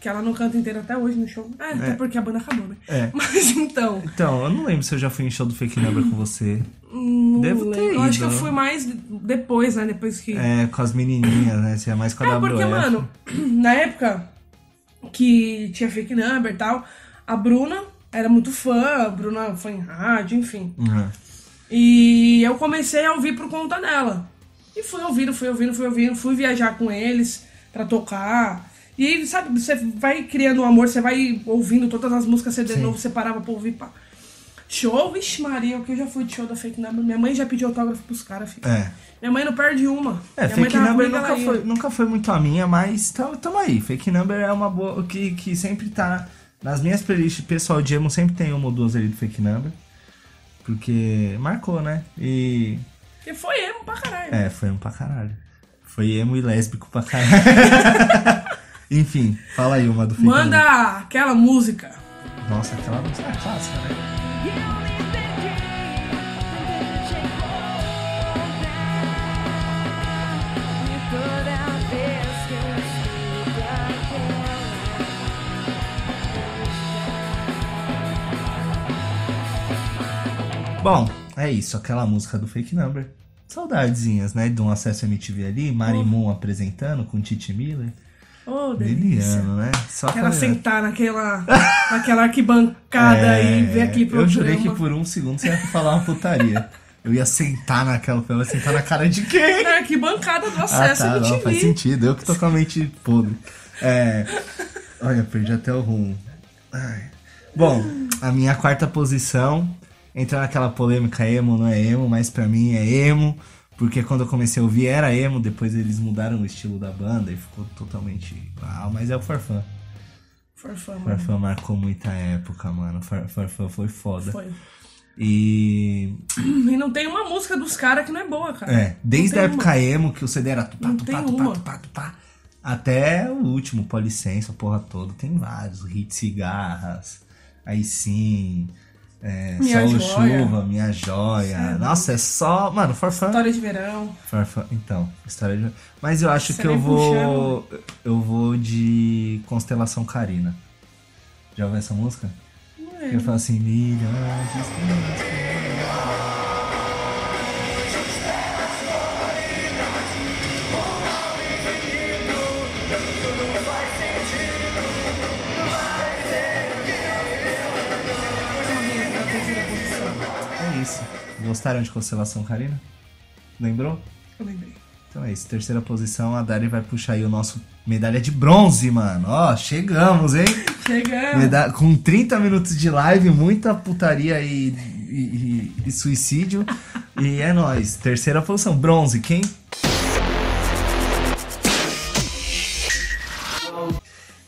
Que ela não canta inteira até hoje no show. É, até porque a banda acabou, né?
É.
Mas então.
Então, eu não lembro se eu já fui em show do fake number com você.
não
Devo ter
lembro. Eu acho que
É, ido.
eu fui mais depois, né? Depois que.
É, com as menininhas, né? Você é mais com a
É,
WF.
porque, mano, na época que tinha fake number e tal, a Bruna era muito fã, a Bruna foi em rádio, enfim.
Uhum.
E eu comecei a ouvir por conta dela. E fui ouvindo, fui ouvindo, fui ouvindo, fui viajar com eles pra tocar. E aí, sabe, você vai criando um amor, você vai ouvindo todas as músicas CD novo, você parava pra ouvir. Pá. Show, vixe Maria, o que eu já fui de show da Fake Number. Minha mãe já pediu autógrafo pros caras, filho.
É.
Minha mãe não perde uma.
É,
Minha mãe
fake
tava
number
comigo,
nunca
ela ia.
foi, nunca foi muito a minha, mas tamo, tamo aí. Fake number é uma boa. Que, que sempre tá. Nas minhas playlists, pessoal de emo sempre tem uma ou duas ali do fake number. Porque marcou, né? E.
Porque foi emo pra caralho.
É, foi emo pra caralho. Foi emo e lésbico pra caralho. Enfim, fala aí uma do fake number.
Manda aquela música.
Nossa, aquela música é clássica, né? Bom, é isso, aquela música do fake number. Saudadezinhas, né? De um acesso MTV ali, Marimun apresentando com Titi Miller.
Oh, delícia.
Liliano, né? Só
Ela
falando.
sentar naquela, naquela arquibancada
É,
e ver aquele
Eu
programa.
jurei que por um segundo você ia falar uma putaria. Eu ia sentar naquela, eu ia sentar na cara de quem?
Na arquibancada do acesso
ah, tá, não, faz
MTV.
sentido. Eu que tô com a mente podre. É, olha, perdi até o rumo. Ai. Bom, a minha quarta posição entra naquela polêmica emo, não é emo, mas pra mim é emo. Porque quando eu comecei a ouvir era emo, depois eles mudaram o estilo da banda e ficou totalmente. Ah, mas é o Farfã.
For fun, mano.
Farfã marcou muita época, mano. Far- Farfã foi foda.
Foi.
E.
E não tem uma música dos caras que não é boa, cara.
É, desde
Não
a
tem
época emo, que o CD era tupá,
Não
tupá,
tem
tupá,
uma.
tupá, tupá, até o último, com licença, a porra toda. Tem vários, Hit Cigarras, aí sim, é,
Minha
Solo
Joia.
Chuva, Minha Joia. Nossa, é só. Mano, Farfã.
História de verão.
Farfã. Então, história de. Mas eu acho
Você né?
que eu
vem
vou. Eu vou de Constelação Carina. Já ouviu essa música?
Não
Que eu
é.
falo assim, milhões de estrelas. É isso. Gostaram de Constelação Carina? Lembrou?
Eu lembrei.
Então é isso. Terceira posição, a Dari vai puxar aí o nosso medalha de bronze, mano. Ó, chegamos, hein?
Chegamos.
Meda- Com 30 minutos de live, muita putaria e, e- e- e suicídio. e é nóis. Terceira posição, bronze. Quem?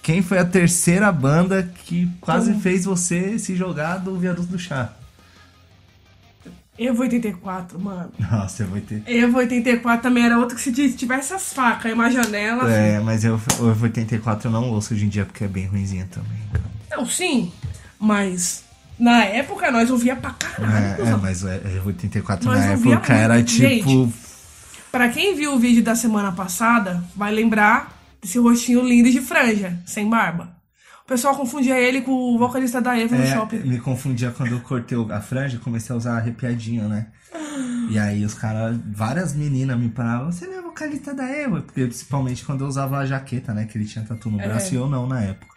Quem foi a terceira banda que quase fez você se jogar do viaduto do chá?
Evo 84, mano.
Nossa, eu vou ter.
Evo 84 também era outro que se diz, tivesse as facas e uma janela. assim.
É, mas eu, eu 84 eu não ouço hoje em dia porque é bem ruimzinha também.
Não, sim. Mas na época nós ouvia pra caralho.
É, é, mas o Evo 84
Mas
na
eu via
época era
muito.
tipo.
Pra quem viu o vídeo da semana passada, vai lembrar desse rostinho lindo de franja, sem barba. O pessoal confundia ele com o vocalista da Eva no
É,
shopping.
Me confundia quando eu cortei o- a franja e comecei a usar arrepiadinho, né? E aí os caras, várias meninas me paravam, você não é vocalista da Eva? Porque principalmente quando eu usava a jaqueta, né? Que ele tinha tatu
É.
no braço e eu não na época.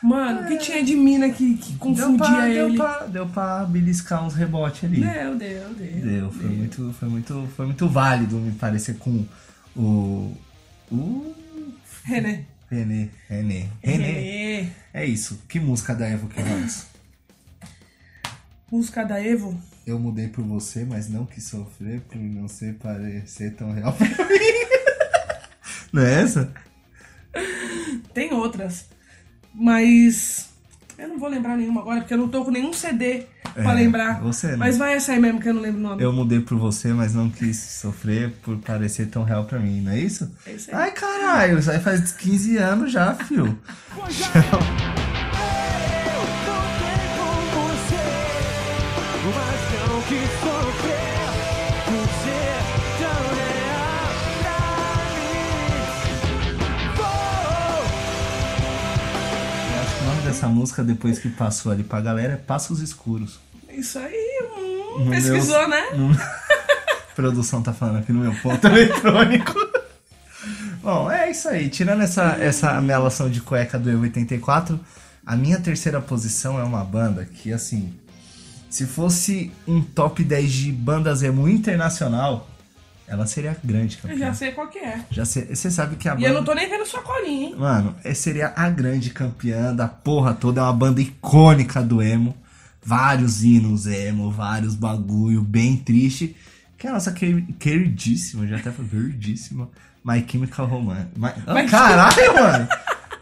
Mano, o que tinha de mina que, que
Deu
confundia
pra,
ele? Né?
deu, pra, deu pra beliscar uns rebotes ali.
Deu, deu, deu.
Deu, foi muito, foi muito, foi muito válido me parecer com o. O.
René.
René. René. René.
René.
É isso. Que música da Eva que vamos?
Música da Evo.
Eu mudei por você, mas não quis sofrer por não ser parecer tão real pra mim. Não é essa?
Tem outras. Mas Eu não vou lembrar nenhuma agora, porque eu não tô com nenhum CD pra lembrar.
É, você não.
Mas vai essa aí mesmo que eu não lembro o nome.
Eu mudei por você, mas não quis sofrer por parecer tão real pra mim, não é isso?
É isso aí.
Ai, caralho, isso aí faz 15 anos já, fio. Eu
é
acho que o nome dessa música, depois que passou ali pra galera, é Passos Escuros.
Isso aí, hum,
No meu-
pesquisou, né?
no- A produção tá falando aqui no meu ponto eletrônico. Bom, é isso aí. Tirando essa, essa melação de cueca do Eu 84, a minha terceira posição é uma banda que, assim, se fosse um top 10 de banda Zemu internacional, ela seria grande,
Eu já
campeã.
sei qual que é.
Já sei- Você sabe que a
E
banda.
eu não tô nem vendo sua colinha, hein?
Mano, é- seria a grande campeã da porra toda, é uma banda icônica do emo. Vários hinos emo, vários bagulho, bem triste. Que é a nossa queri- queridíssima, já até foi verdíssima, My Chemical Romance. My... Ah,
My-
Caralho, mano!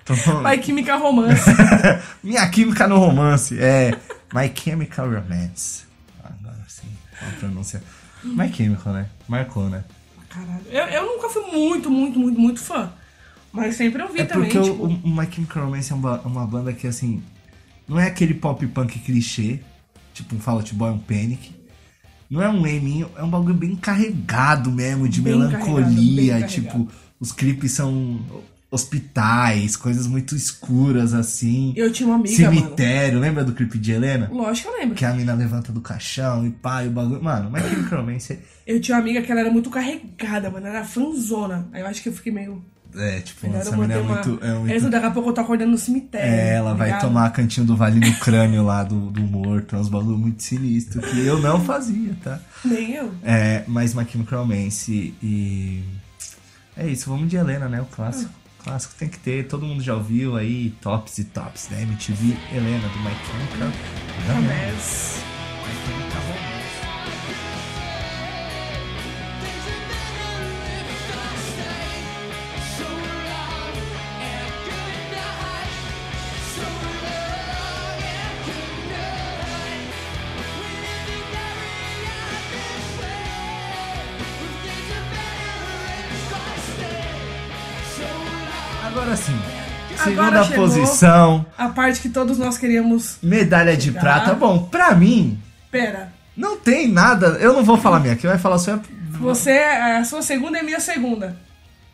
Tô falando-
Vai Química Romance.
Minha Química no Romance, é My Chemical Romance. Agora sim, qual a pronúncia? My Chemical, né? Marcou, né?
Caralho. Eu, eu nunca fui muito, muito, muito, muito fã. Mas sempre ouvi
É
também,
porque o- o,
tipo.
o My Chemical Romance é uma, uma banda que, assim, não é aquele pop punk clichê, tipo um Fall Out Boy, um Panic. Não é um eminho, é um bagulho bem carregado mesmo, de
Bem
melancolia.
carregado, bem
tipo, os clipes são hospitais, coisas muito escuras, assim.
Eu tinha uma amiga,
Cemitério, lembra do clipe de Helena?
mano. Lógico que eu lembro.
Que a mina levanta do caixão e pá, e o bagulho. Mano, My Chemical Romance é-
Eu tinha uma amiga que ela era muito carregada, mano. Ela era fanzona. Aí eu acho que eu fiquei meio.
é, tipo,
melhor
essa
eu
mina é
manter uma-
muito. É muito
Essa daqui a pouco eu tô acordando no cemitério.
É, ela
tá
vai
ligado?
tomar cantinho do vale no crânio lá do, do morto, é uns bagulho muito sinistro que eu não fazia, tá?
Nem eu.
É, mas My Chemical Romance e. É isso, vamos de Helena, né? O clássico.
Ah.
Clássico tem que ter, todo mundo já ouviu aí, tops e tops, né? MTV Helena do My Chemical Romance.
Mas.
Agora sim, segunda
Agora chegou.
posição,
A parte que todos nós queríamos.
medalha de
Tá.
prata. Bom, pra mim,
Pera.
não tem nada, eu não vou falar minha, quem vai falar só é.
Você, a sua segunda é minha segunda.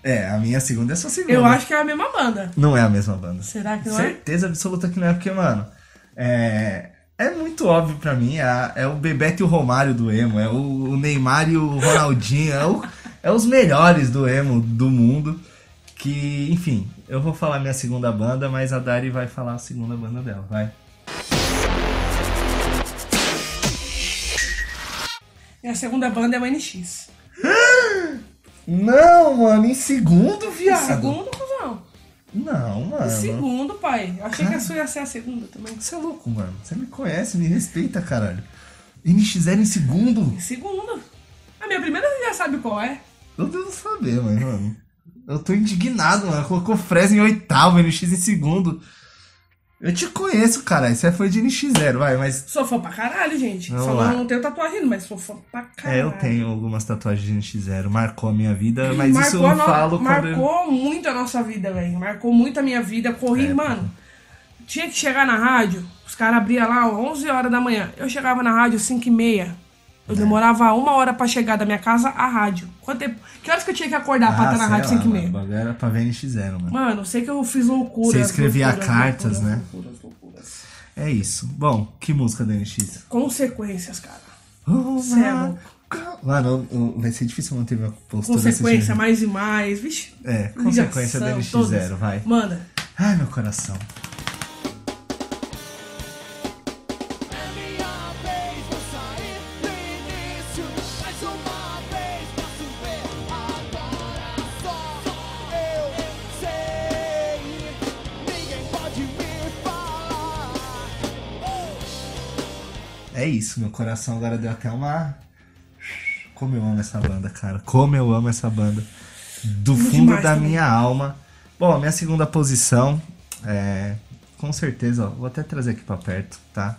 É, a minha segunda é só segunda.
Eu acho que é a mesma banda.
Não é a mesma banda.
Será que não é?
Certeza absoluta que não é, porque, mano, é, é muito óbvio pra mim. É, é o Bebeto e o Romário do emo, é o, o Neymar e o Ronaldinho, é, o- é os melhores do emo do mundo. Que, enfim, eu vou falar minha segunda banda, mas a Dari vai falar a segunda banda dela, vai.
Minha segunda banda é o NX.
Não, mano, em segundo,
E
viado.
segundo, cuzão.
Não, É, mano.
Segundo, pai. Eu achei que a sua ia ser a segunda também.
Você é louco, mano. Você me conhece, me respeita, caralho. NX0 em segundo?
Segundo. A minha primeira você já sabe qual é.
Eu devo saber, mas, mano. Eu tô indignado, mano. Colocou Fresno em oitavo, NX em segundo. Eu te conheço, cara. Isso aí foi de NX0, vai, mas.
Sou fã pra caralho, gente.
Vamos
Só
lá.
não, não tenho tatuagem, mas sou fã pra caralho.
É, eu tenho algumas tatuagens de NX0. Marcou a minha vida, mas isso eu
a
não
no-
falo quando. eu-
Marcou muito a nossa vida, velho. Marcou muito a minha vida.
É.
Corri, mano. Tinha que chegar na rádio. Os caras abriam lá ó, 11 horas da manhã. Eu chegava na rádio 5 e meia.
É.
Eu demorava uma hora pra chegar da minha casa à rádio. Quanto tempo? Que horas que eu tinha que acordar pra
Ah,
estar na
sei
rádio
lá,
5 e
mano, o
meia?
bagulho Era pra ver NX0, mano.
Mano, eu sei que eu fiz loucura.
Você escrevia cartas, né?
Loucuras, loucuras.
É isso. Bom, que música da NX?
Consequências, cara.
Oh,
Cê é
mano. Mano, eu- eu- vai ser difícil manter minha postura
Consequência,
assistindo.
mais e mais. Vixe.
É,
ligação,
consequência da NX0,
todas.
vai.
Manda.
Ai, meu coração. É isso, meu coração agora deu até uma. Como eu amo essa banda, cara. Como eu amo essa banda. Do fundo
demais
da
também.
minha alma. Bom, a minha segunda posição é. com certeza, ó, vou até trazer aqui pra perto, tá?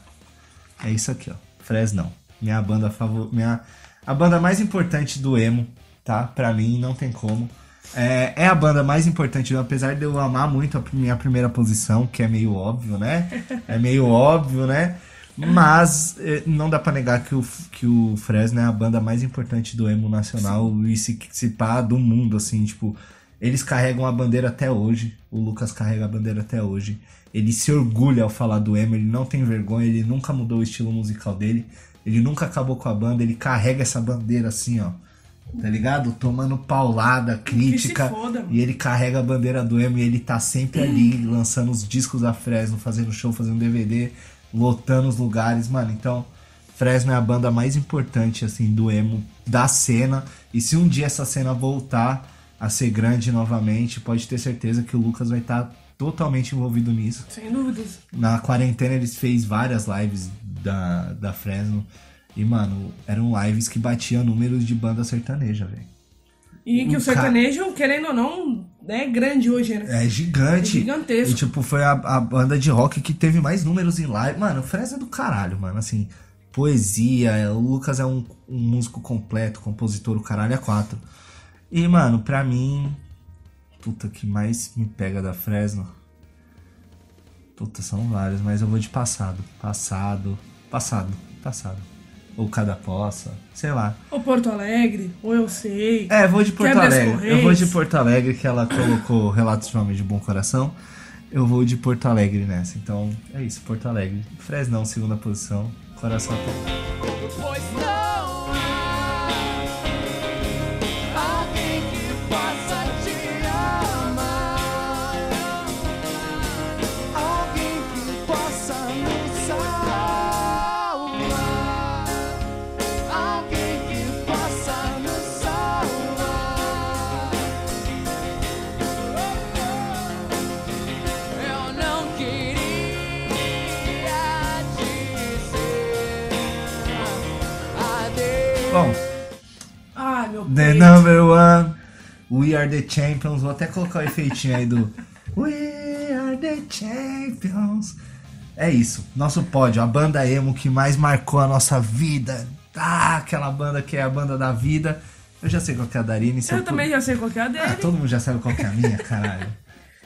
É isso aqui, ó. Fresnão. Minha banda favor, minha a banda mais importante do emo, tá? Pra mim não tem como. É, é a banda mais importante, né? apesar de eu amar muito a minha primeira posição, que é meio óbvio, né? É meio óbvio, né? Mas eh, não dá pra negar que o, que o Fresno é a banda mais importante do emo nacional e se, se pá do mundo, assim, tipo, eles carregam a bandeira até hoje. O Lucas carrega a bandeira até hoje. Ele se orgulha ao falar do emo, ele não tem vergonha, ele nunca mudou o estilo musical dele, ele nunca acabou com a banda, ele carrega essa bandeira assim, ó. Tá ligado? Tomando paulada, crítica.
foda, mano.
e ele carrega a bandeira do emo e ele tá sempre ali, lançando os discos da Fresno, fazendo show, fazendo DVD, lotando os lugares, mano. Então, Fresno é a banda mais importante, assim, do emo, da cena. E se um dia essa cena voltar a ser grande novamente, pode ter certeza que o Lucas vai estar totalmente envolvido nisso.
Sem dúvidas.
Na quarentena eles fez várias lives da, da Fresno. E, mano, eram lives que batiam números de banda sertaneja, velho.
E que
Um
o sertanejo, querendo ou não, é grande hoje, né?
É gigante.
É
E,
gigantesco.
tipo, foi a, a banda de rock que teve mais números em live. Mano, o Fresno é do caralho, mano. Assim, poesia. é, O Lucas é um, um músico completo, compositor, o caralho é quatro. E, mano, pra mim. Puta, o que mais me pega da Fresno. Puta, são vários, mas eu vou de passado. Passado. Passado. Passado. Ou cada poça. Sei lá.
Ou Porto Alegre, ou eu sei.
É, vou de Porto
Quebra as
Alegre. Eu vou
correias.
de Porto Alegre, que ela colocou relatos de um homem de bom coração. Eu vou de Porto Alegre nessa. Então, é isso, Porto Alegre. Fresnão, segunda posição. Coração até.
Pois não há alguém que possa te amar, alguém que possa nos salvar, alguém que possa nos salvar. Eu não queria dizer adeus.
Bom,
Ai, Ah, meu
the
Deus.
number one. We are the champions. Vou até colocar o efeitinho aí do. We are the champions. É isso, nosso pódio, a banda emo que mais marcou a nossa vida. Ah, aquela banda que é a banda da vida. Eu já sei qual que é a Darine. se
Eu
pu-
também já sei qual que é a dele.
Ah, todo mundo já sabe qual que é a minha, caralho.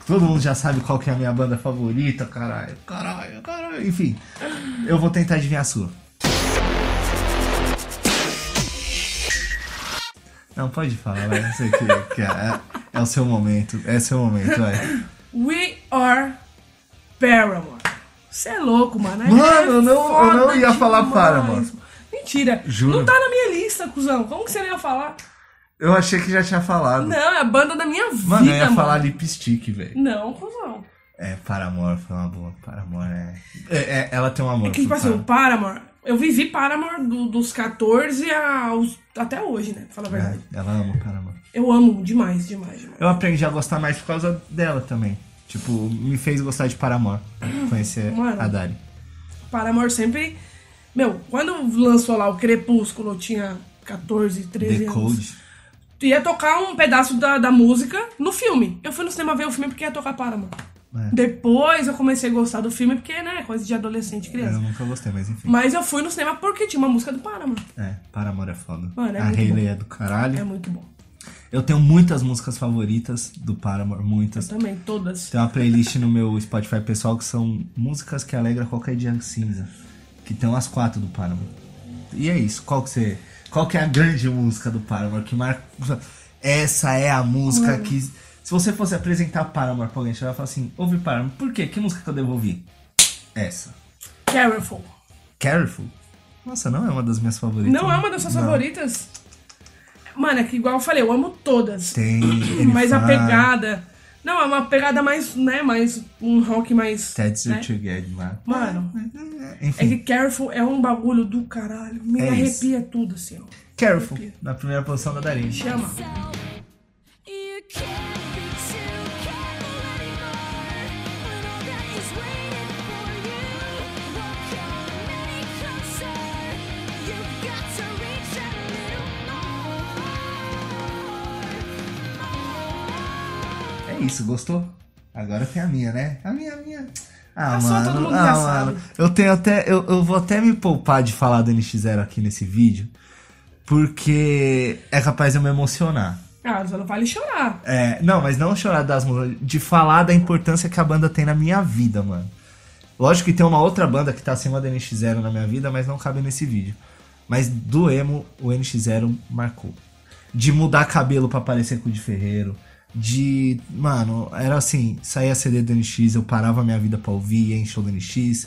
Todo mundo já sabe qual que é a minha banda favorita, caralho. Caralho, caralho. Enfim, eu vou tentar adivinhar a sua. Não, pode falar, vai. Eu sei que, que é, é o seu momento. É seu momento, vai.
We are Paramore. Você é louco, mano. É
Mano, eu não- eu não
foda
ia falar
demais.
Paramore.
Mentira.
Juro.
Não tá na minha lista, cuzão. Como que você não ia falar?
Eu achei que já tinha falado.
Não, é a banda da minha vida,
Mano, eu ia
mano.
falar lipstick, velho.
Não, cuzão.
É, Paramor foi uma boa. Paramor é... é, é- Ela tem um amor.
É que, tipo
pro
assim, o
Paramore.
Paramore... Eu vivi Paramore do- dos 14 aos, até hoje, né? Pra falar a verdade.
É, ela ama o Paramor.
Eu amo demais, demais, demais.
Eu aprendi a gostar mais por causa dela também. Tipo, me fez gostar de Paramore. Conhecer
Mano.
a Dari.
Paramore sempre... Meu, quando lançou lá o Crepúsculo, eu tinha 14, 13
The
anos.
Code.
Tu ia tocar um pedaço da, da música no filme. Eu fui no cinema ver o filme porque ia tocar Paramore.
É,
Depois eu comecei a gostar do filme porque, né, coisa de adolescente, criança.
eu nunca gostei, mas enfim.
Mas eu fui no cinema porque tinha uma música do Paramore.
É, Paramore é foda.
Mano, é
a
muito
Hayley é do
É
caralho.
muito bom.
Eu tenho muitas músicas favoritas do Paramore, muitas.
Também, todas.
Tem uma playlist no meu Spotify pessoal que são músicas que alegra qualquer dia cinza. Que tem as quatro do Paramore. E é isso. Qual que você. Qual que é a grande música do Paramore? Que marca. Essa é a música que. Se você fosse apresentar Paramore pra alguém, você vai falar assim, ouve Paramore, por quê? Que música que eu devo ouvir? Essa.
Careful.
Careful? Nossa, não é uma das minhas favoritas. né?
Não é uma das suas
Não.
favoritas? Mano, é que igual eu falei, eu amo todas.
Tem. ele
Mas a
fala,
pegada. Não, é uma pegada mais, né? Mais um rock mais.
That's
né?
it you get, mano.
Mano, é
Enfim.
que Careful é um bagulho do caralho. Me
É isso.
arrepia tudo, assim, ó.
Careful, na primeira posição da Darine.
Chama.
You can't be too careful anymore when all that is waiting for you won't come any closer. You've got to reach a little more, more.
É isso, gostou? Agora tem a minha, né? A minha, a minha. Ah,
Passou,
mano,
todo mundo
ah,
já
mano.
sabe.
Eu tenho até. Eu, eu vou até me poupar de falar do NX0 aqui nesse vídeo. Porque é capaz de eu me emocionar.
Ah, só não vale chorar.
É, não, mas não chorar das músicas, de falar da importância que a banda tem na minha vida, mano. Lógico que tem uma outra banda que tá acima da NX0 na minha vida, mas não cabe nesse vídeo. Mas do emo, o NX0 marcou. De mudar cabelo pra parecer com o de Ferreiro. De. Mano, era assim: saía CD do NX, eu parava minha vida pra ouvir, ia em show do NX.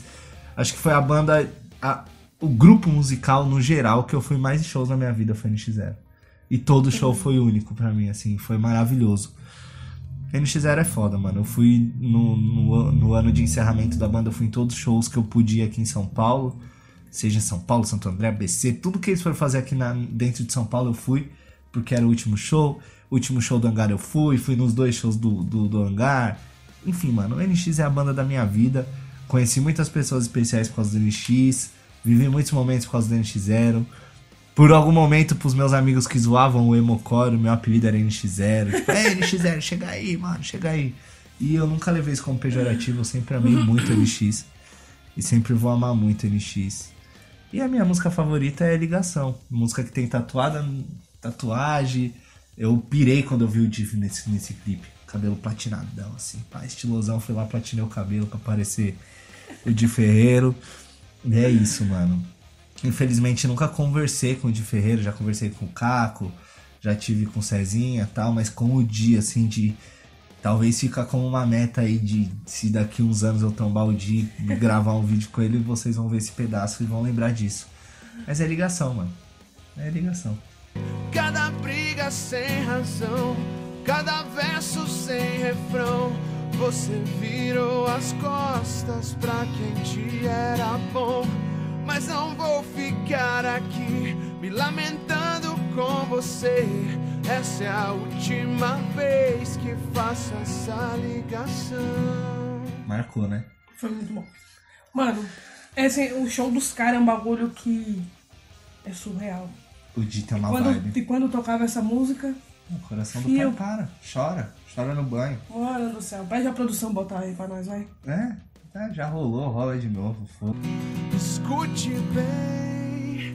Acho que foi a banda. a- o grupo musical, no geral, que eu fui mais em shows na minha vida foi NX0. E todo show foi único pra mim, assim, foi maravilhoso. NX0 é foda, mano. Eu fui no, no, an- no ano de encerramento da banda, eu fui em todos os shows que eu podia aqui em São Paulo. Seja em São Paulo, Santo André, BC, tudo que eles foram fazer aqui na- dentro de São Paulo eu fui, porque era o último show. O último show do Hangar eu fui, fui nos dois shows do, do, do Hangar. Enfim, mano, o NX é a banda da minha vida. Conheci muitas pessoas especiais por causa do NX, vivi muitos momentos por causa do NX0. Por algum momento, pros meus amigos que zoavam o Emocoro, meu apelido era NX0. Tipo, é NX0, chega aí, mano, chega aí. E eu nunca levei isso como pejorativo, eu sempre amei muito NX. E sempre vou amar muito NX. E a minha música favorita é Ligação. Música que tem tatuada, tatuagem. Eu pirei quando eu vi o Diff nesse, nesse clipe. Cabelo platinadão, assim. Pá, estilosão, fui lá, platinei o cabelo pra parecer o Di Ferreiro. E é isso, mano. Infelizmente nunca conversei com o Di Ferreiro, já conversei com o Caco, já tive com o Cezinha e tal, mas com o Di, assim, de talvez ficar como uma meta aí de se daqui uns anos eu tombar o Di e gravar um vídeo com ele, vocês vão ver esse pedaço e vão lembrar disso. Mas é ligação, mano. É ligação.
Cada briga sem razão, cada verso sem refrão. Você virou as costas pra quem te era bom. Mas não vou ficar aqui me lamentando com você. Essa é a última vez que faço essa ligação.
Marcou, né?
Foi muito bom. Mano, é assim, o show dos caras é um bagulho que é surreal.
O Di tem uma
Quando,
vibe.
e quando eu tocava essa música,
O coração do
E
pai
eu-
para. Chora. Chora no banho.
mano do céu, pede a produção botar aí pra nós, vai.
É, tá, já rolou, rola de novo, foda.
Escute bem,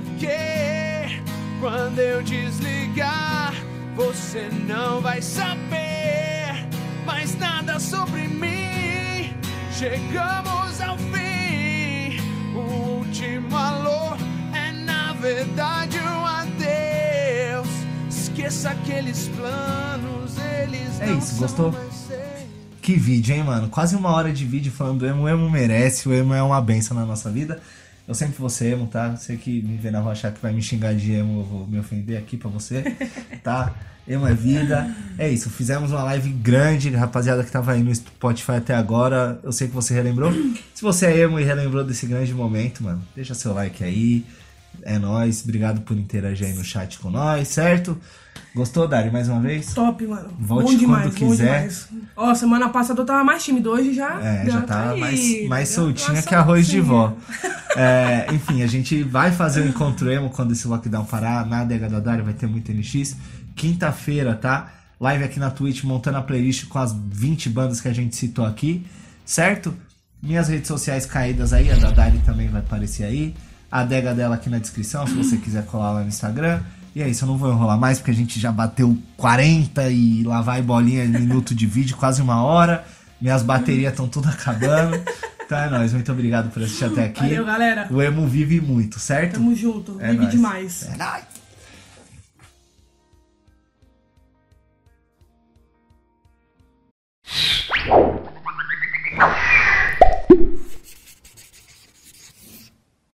porque quando eu desligar, você não vai saber mais nada sobre mim. Chegamos ao fim, o último alô é na verdade um adeus. Esqueça aqueles planos, eles
É
não
isso,
são
gostou?
mais seus.
Que vídeo, hein, mano? Quase uma hora de vídeo falando do emo. O emo merece, o emo é uma benção na nossa vida. Eu sempre vou ser emo, tá? Você que me vê na rua achar que vai me xingar de emo, eu vou me ofender aqui pra você, tá? Emo é vida. É isso, fizemos uma live grande, rapaziada que tava aí no Spotify até agora. Eu sei que você relembrou. Se você é emo e relembrou desse grande momento, mano, deixa seu like aí. É nóis, obrigado por interagir aí no chat com nós, certo? Gostou, Dari, mais uma vez?
Top, mano.
Volte
bom demais,
quando
bom
quiser.
demais. Ó, semana passada eu tava mais tímido, hoje já.
É, já tá
aí,
mais, mais
já tá
soltinha que arroz de
soltinha.
vó. É, enfim, a gente vai fazer o encontro emo quando esse lockdown parar. Na Adega da Dário vai ter muito NX. Quinta-feira, tá? Live aqui na Twitch, montando a playlist com as 20 bandas que a gente citou aqui, certo? Minhas redes sociais caídas aí, a da Dari também vai aparecer aí. A adega dela aqui na descrição, se você quiser colar lá no Instagram. E é isso, eu não vou enrolar mais, porque a gente já bateu 40 e lá vai bolinha, minuto de vídeo, quase uma hora. Minhas baterias estão tudo acabando. Então é nóis, muito obrigado por assistir até aqui.
Valeu, galera.
O emo vive muito, certo?
Tamo junto,
É
vive
nóis.
demais.
É nóis.